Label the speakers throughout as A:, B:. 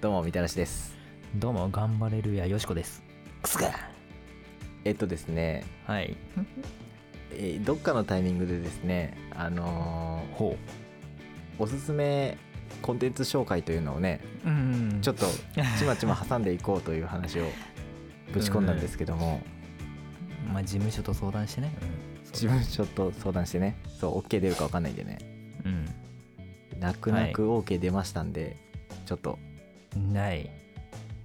A: どうもみたらしです
B: どうも頑張れるやよしこですくすが
A: えっとですね、
B: はい
A: えーどっかのタイミングでですねあの
B: ほ
A: ーおすすめコンテンツ紹介というのをね
B: ううん
A: ちょ
B: っ
A: っとちまちま挟んでいこうという話をぶち込んだんですけども、
B: とまあ事務所と相談してね
A: 自分ちょっと相談してねそう OK 出るか分かんないんでね
B: うん、
A: 泣く泣く OK 出ましたんで、ちょっと
B: うん、ない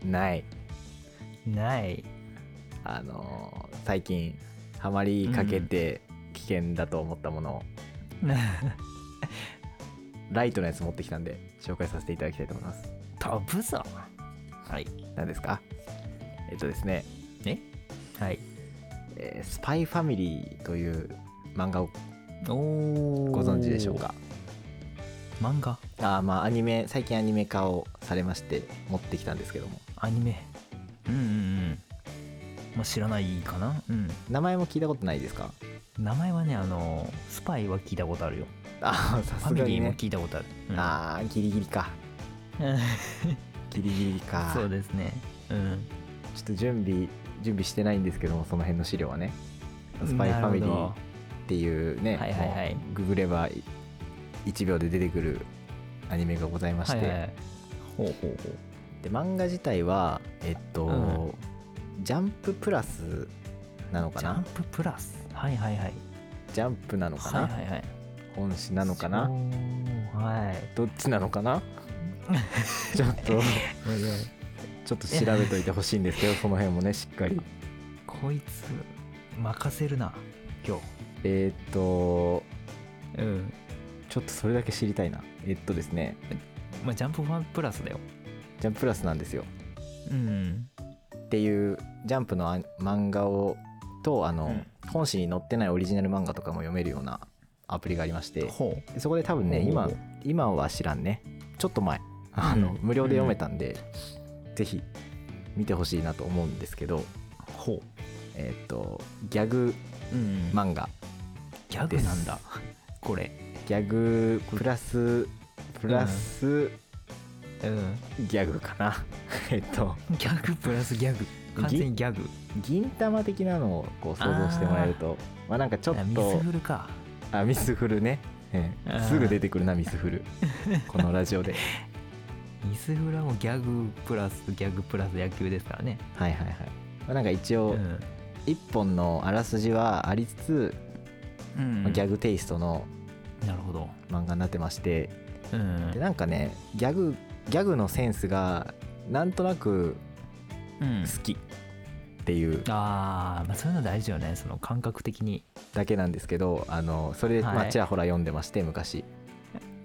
A: ない
B: ない
A: あのー最近ハマりかけて危険だと思ったものを、ライトのやつ持ってきたんで紹介させていただきたいと思います
B: 飛ぶぞはい
A: 何ですかえっとですね、
B: はい
A: えースパイファミリーという漫画を
B: おお
A: ご存知でしょうか
B: 漫画
A: あーまあアニメ最近アニメ化をされまして持ってきたんですけども
B: アニメうんうんうんまあ知らないかなうん
A: 名前も聞いたことないですか
B: 名前はねあのスパイは聞いたことあるよ
A: あーさ
B: ファ
A: す
B: ミ
A: が
B: リ
A: に
B: ーも
A: ね
B: 聞いたことある、うん
A: あーギリギリかギリギリか
B: そうですねうん
A: ちょっと準備準備してないんですけどもその辺の資料はねスパイファミリ
B: なるほ
A: ー
B: ど
A: っていうね、
B: はいはいはい
A: もうググればい1秒で出てくるアニメがございまして、
B: はいはい、ほうほうほう
A: で漫画自体はえっと、
B: うん
A: ジャンププラスなのか
B: ジャン
A: な
B: ププラスはいはいはい
A: ジャンプなのかな、
B: はいはいはい
A: 本誌なのかな
B: そうはい
A: どっちなのか なちょっとちょっと調べといてほしいんですけどその辺もねしっかり
B: こいつ任せるな今
A: えっと
B: 日うん
A: ちょっとそれだけ知りたいなえっとですね
B: まあジャンプファンプラスだよ
A: ジャンププラスなんですよ
B: うん
A: っていうジャンプのあ漫画をとあの、
B: うん
A: 本誌に載ってないオリジナル漫画とかも読めるようなアプリがありまして
B: ほ
A: そこで多分ね
B: ほうほう
A: 今
B: ほう
A: 今は知らんねちょっと前あの、
B: うん
A: 無料で読めたんで、ぜひ見てほしいなと思うんですけど
B: うほ
A: えーっ、とギャグ
B: ううん
A: 漫画
B: ギャグなんだこれ
A: ギャグプラスプラス
B: うん
A: ギャグかな えっと
B: ギャグプラスギャグ完全にギャグ
A: 銀玉的なのをこう想像してもらえるとまあなんかちょっ
B: あミス
A: と
B: フルか
A: あミスフル ね、ええ
B: あー
A: すぐ出てくるなミスフ ルこのラジオで
B: ミスフラもギャグプラスギャグプラス野球ですからね
A: はいはいはいまあなんか一
B: う
A: 応
B: ん
A: 一本のあらすじはありつつ、
B: うん
A: まあギャグテイストの
B: なるほど
A: 漫画になってまして
B: うん
A: でなんかねギャグギャグのセンスがなんとなく
B: うん
A: 好きっていう
B: あー、まあそういうの大事よねその感覚的に
A: だけなんですけどあのそれで
B: はい
A: まあちらほら読んでまして昔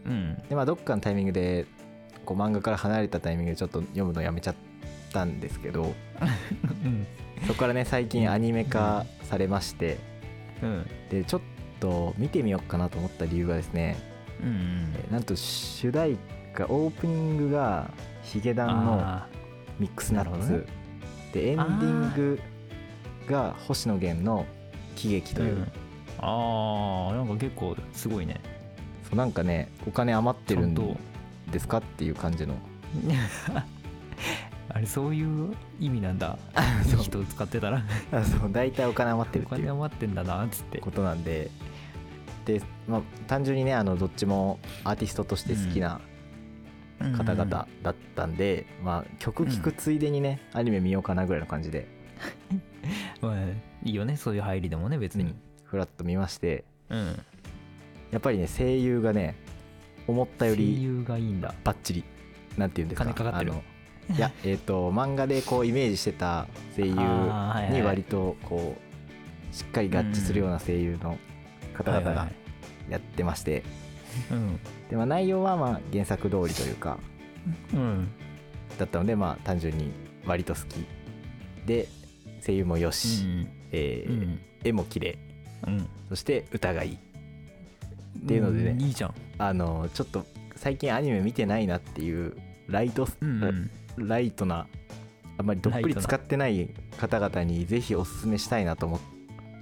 B: うん
A: でまあどっかのタイミングでこう漫画から離れたタイミングでちょっと読むのやめちゃったんですけど
B: うん
A: そこからね最近アニメ化されまして、
B: うん
A: でちょっと見てみようかなと思った理由がですね、
B: うん
A: えーなんと主題歌オープニングがヒゲダンの
B: あ
A: ミックスナッ
B: な
A: ツ、
B: るほど
A: でエンディングが星野源の喜劇
B: ー
A: という、
B: うんあーなんか結構すごいね
A: そうなんかねお金余ってるん
B: ちゃんと
A: ですかっていう感じの
B: あれそういう意味なんだ
A: そう
B: 人を使ってたら
A: あそう大体お金余ってるっ
B: お
A: てい
B: 金
A: う
B: 余ってんだなっつって
A: ことなんでで、まあ、単純にねあのどっちもアーティストとして好きな方々だったんで、まあ、曲聴くついでにね、アニメ見ようかなぐらいの感じで、
B: うんまあいいよねそういう入りでもね別に
A: ふらっと見まして
B: うん
A: やっぱりね声優がね思った
B: 声
A: より
B: 優がいいんだ
A: バッチリなんて言うんですか
B: 金かかってる
A: あのい やえっ、と漫画でこうイメージしてた声優
B: あーはいはい
A: に割とこうしっかり合致するような声優の方々
B: はいはいは
A: が
B: い
A: やってまして、
B: うん
A: でまあ、内容はまあ原作通りというか
B: うん
A: だったのでまあ単純に割と好きで声優もよし、え
B: う
A: ー
B: ん
A: 絵も綺麗
B: うん
A: そして歌がいいっていうのでね
B: んいいじゃん
A: あのちょっと最近アニメ見てないなっていうライトス、
B: うんうん
A: ライトなあんまりどっぷり使ってない方々にぜひおすすめしたいなと思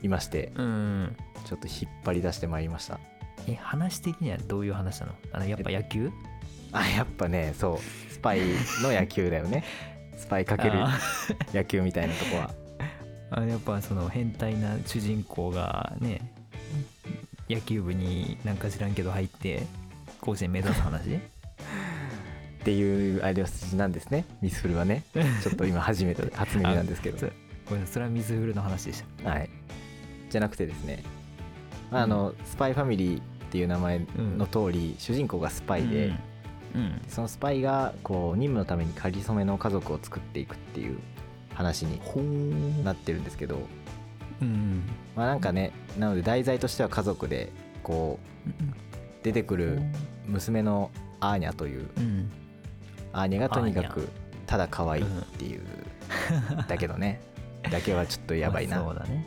A: いまして
B: うん
A: ちょっと引っ張り出してまいりました
B: え話的にはどういう話なのあのやっぱ野球
A: あやっぱねそうスパイの野球だよ ねスパイかける
B: あ
A: 野球みたいなとこは
B: あやっぱその変態な主人公がね野球部になんか知らんけど入って甲子園目指す 話
A: っていうあれなんですねミスフルはねちょっと今初めて初耳なんですけど
B: あごめんなさいそれは水フルの話でした
A: はいじゃなくてですねあの、スパイファミリーっていう名前の通り、主人公がスパイで、
B: うんうん
A: そのスパイがこう任務のために仮初めの家族を作っていくっていう話になってるんですけど
B: うん
A: まあなんかねなので題材としては家族でこう出てく
B: うん
A: る娘のアーニャという
B: うん
A: アーニャがとにか
B: アー
A: くただ可愛いっていうだけどねだけはちょっとやばいな
B: まあそう
A: っ
B: だね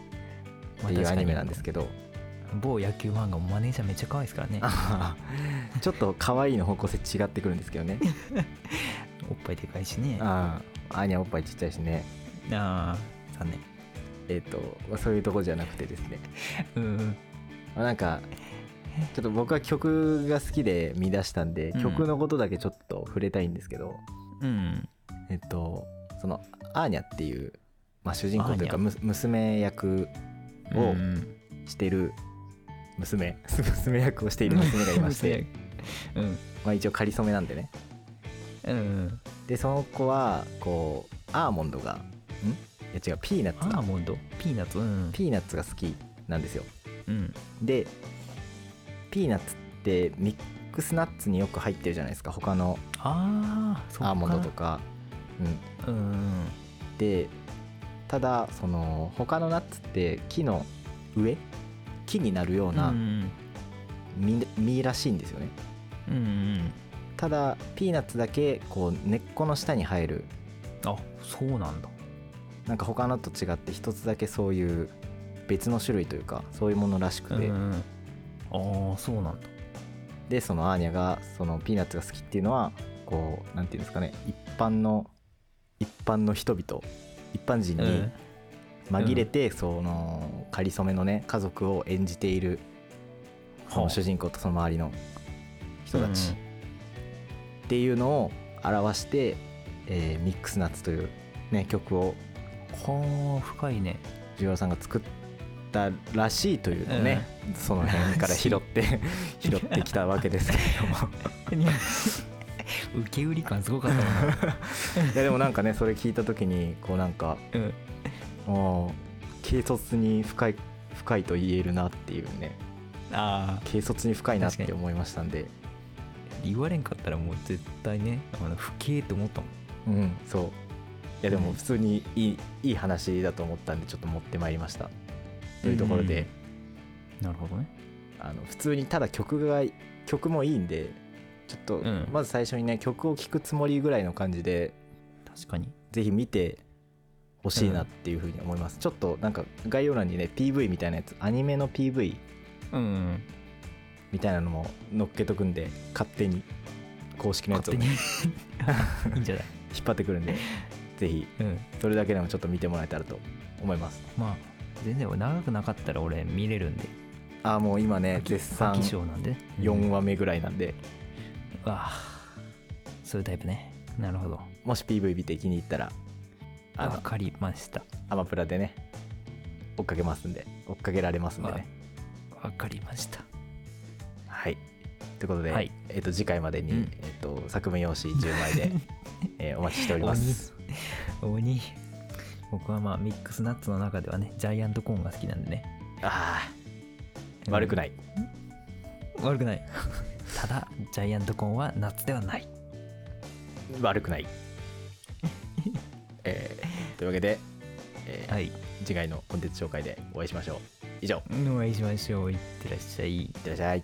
B: まあ
A: ていうアニメ
B: 確かに
A: なんですけど
B: 某野球漫画もマネージャーめっちゃ可愛いですからね
A: ちょっと可愛いの方向性違ってくるんですけどね
B: おっぱいでかいしねあ
A: あーアーニャおっぱいちっちゃいしね
B: あー残
A: えっ、とまあそういうとこじゃなくてですね
B: 念うん
A: まあなんかちょっと僕は曲が好きで見出したんで
B: うん
A: 曲のことだけちょっと触れたいんですけど、
B: うん
A: えっとそのアーニャっていう、まあ、主人公というか
B: アーニャ
A: む娘役
B: う
A: を
B: ん
A: してる娘 娘役をしている娘がいまして
B: うん
A: まあ一応仮初めなんでね
B: うん
A: でその子はこうアーモンドがんいや違うピーナッ
B: ア
A: ツ
B: ー
A: が
B: モンドピーナッツうん
A: ピーナッツが好きなんですよ
B: うん
A: でピーナッツってミックスナッツによく入ってるじゃないですか他の
B: ああそうか
A: アーモンドとかうん
B: うん
A: でただその他のナッツって木の上木になるよう
B: う
A: なん実,、実らしいんですよね
B: うんうん
A: ただピーナッツだけこう根っこの下に生える
B: あそうなんだ
A: なんか他のと違って一つだけそういう別の種類というかそういうものらしく
B: うん
A: て、
B: うんああそうなんだ
A: でそのアーニャがそのピーナッツが好きっていうのはこうなんていうんですかね一般の一般の人々一般人に紛れて、その仮初めのね家族を演じているその主人公とその周りの人たちっていうのを表して、えーミックスナッツという、ね、曲を
B: はあ深 いね
A: 十郎さんが作ったらしいというのをね、その辺から拾って拾ってきたわけですけれども
B: 受け売り感すごかったもんな
A: いやでもなんかねそれ聞いた時にこうなんか
B: うん
A: あー軽率に深い深いと言えるなっていうね
B: ああ
A: 軽率に深いなっ
B: 確
A: て
B: かに
A: 思いましたんで
B: 言われんかったらもう絶対ねあの不敬って思ったもん
A: うんそういやで
B: う
A: も
B: ん
A: 普通にいいいい話だと思ったんでちょっと持ってまいりましたというところで、
B: なるほどね
A: あの普通にただ曲が曲もいいんでちょっと
B: うん
A: まず最初にね曲を聴くつもりぐらいの感じで
B: 確かに
A: ぜひ見てほしいなっていうふうに思います、ちょっとなんか概要欄にね PV みたいなやつアニメの PV
B: うん
A: みたいなのも載っけとくんで勝手に公式のやつを
B: 勝手
A: ね、
B: に いいんじゃない
A: 引っ張ってくる んでぜひ
B: うん
A: それだけでもちょっと見てもらえたらと思います
B: まあ全然長くなかったら俺見れるんで
A: ああもう今ね絶賛
B: 飽き性なんでね
A: 4話目ぐらいなんで、
B: うわそういうタイプねなるほど
A: もし PV 見て気に入ったらあ
B: わ
A: の
B: かりました
A: アマプラでね追っかけますんで追っかけられますんでね
B: わかりました
A: はいということで、
B: はい
A: えっと次回までに、
B: うん
A: えっと作文用紙10枚で、 えーお待ちしております
B: 鬼僕はまあミックスナッツの中ではねジャイアントコーンが好きなんでね
A: ああ悪くない、
B: 悪くない ただジャイアントコーンはナッツではない
A: 悪くない、 えーというわけで、えー
B: はい
A: 次回のコンテンツ紹介でお会いしましょう以上い
B: お会いしましょういってらっしゃい
A: ってらっしゃい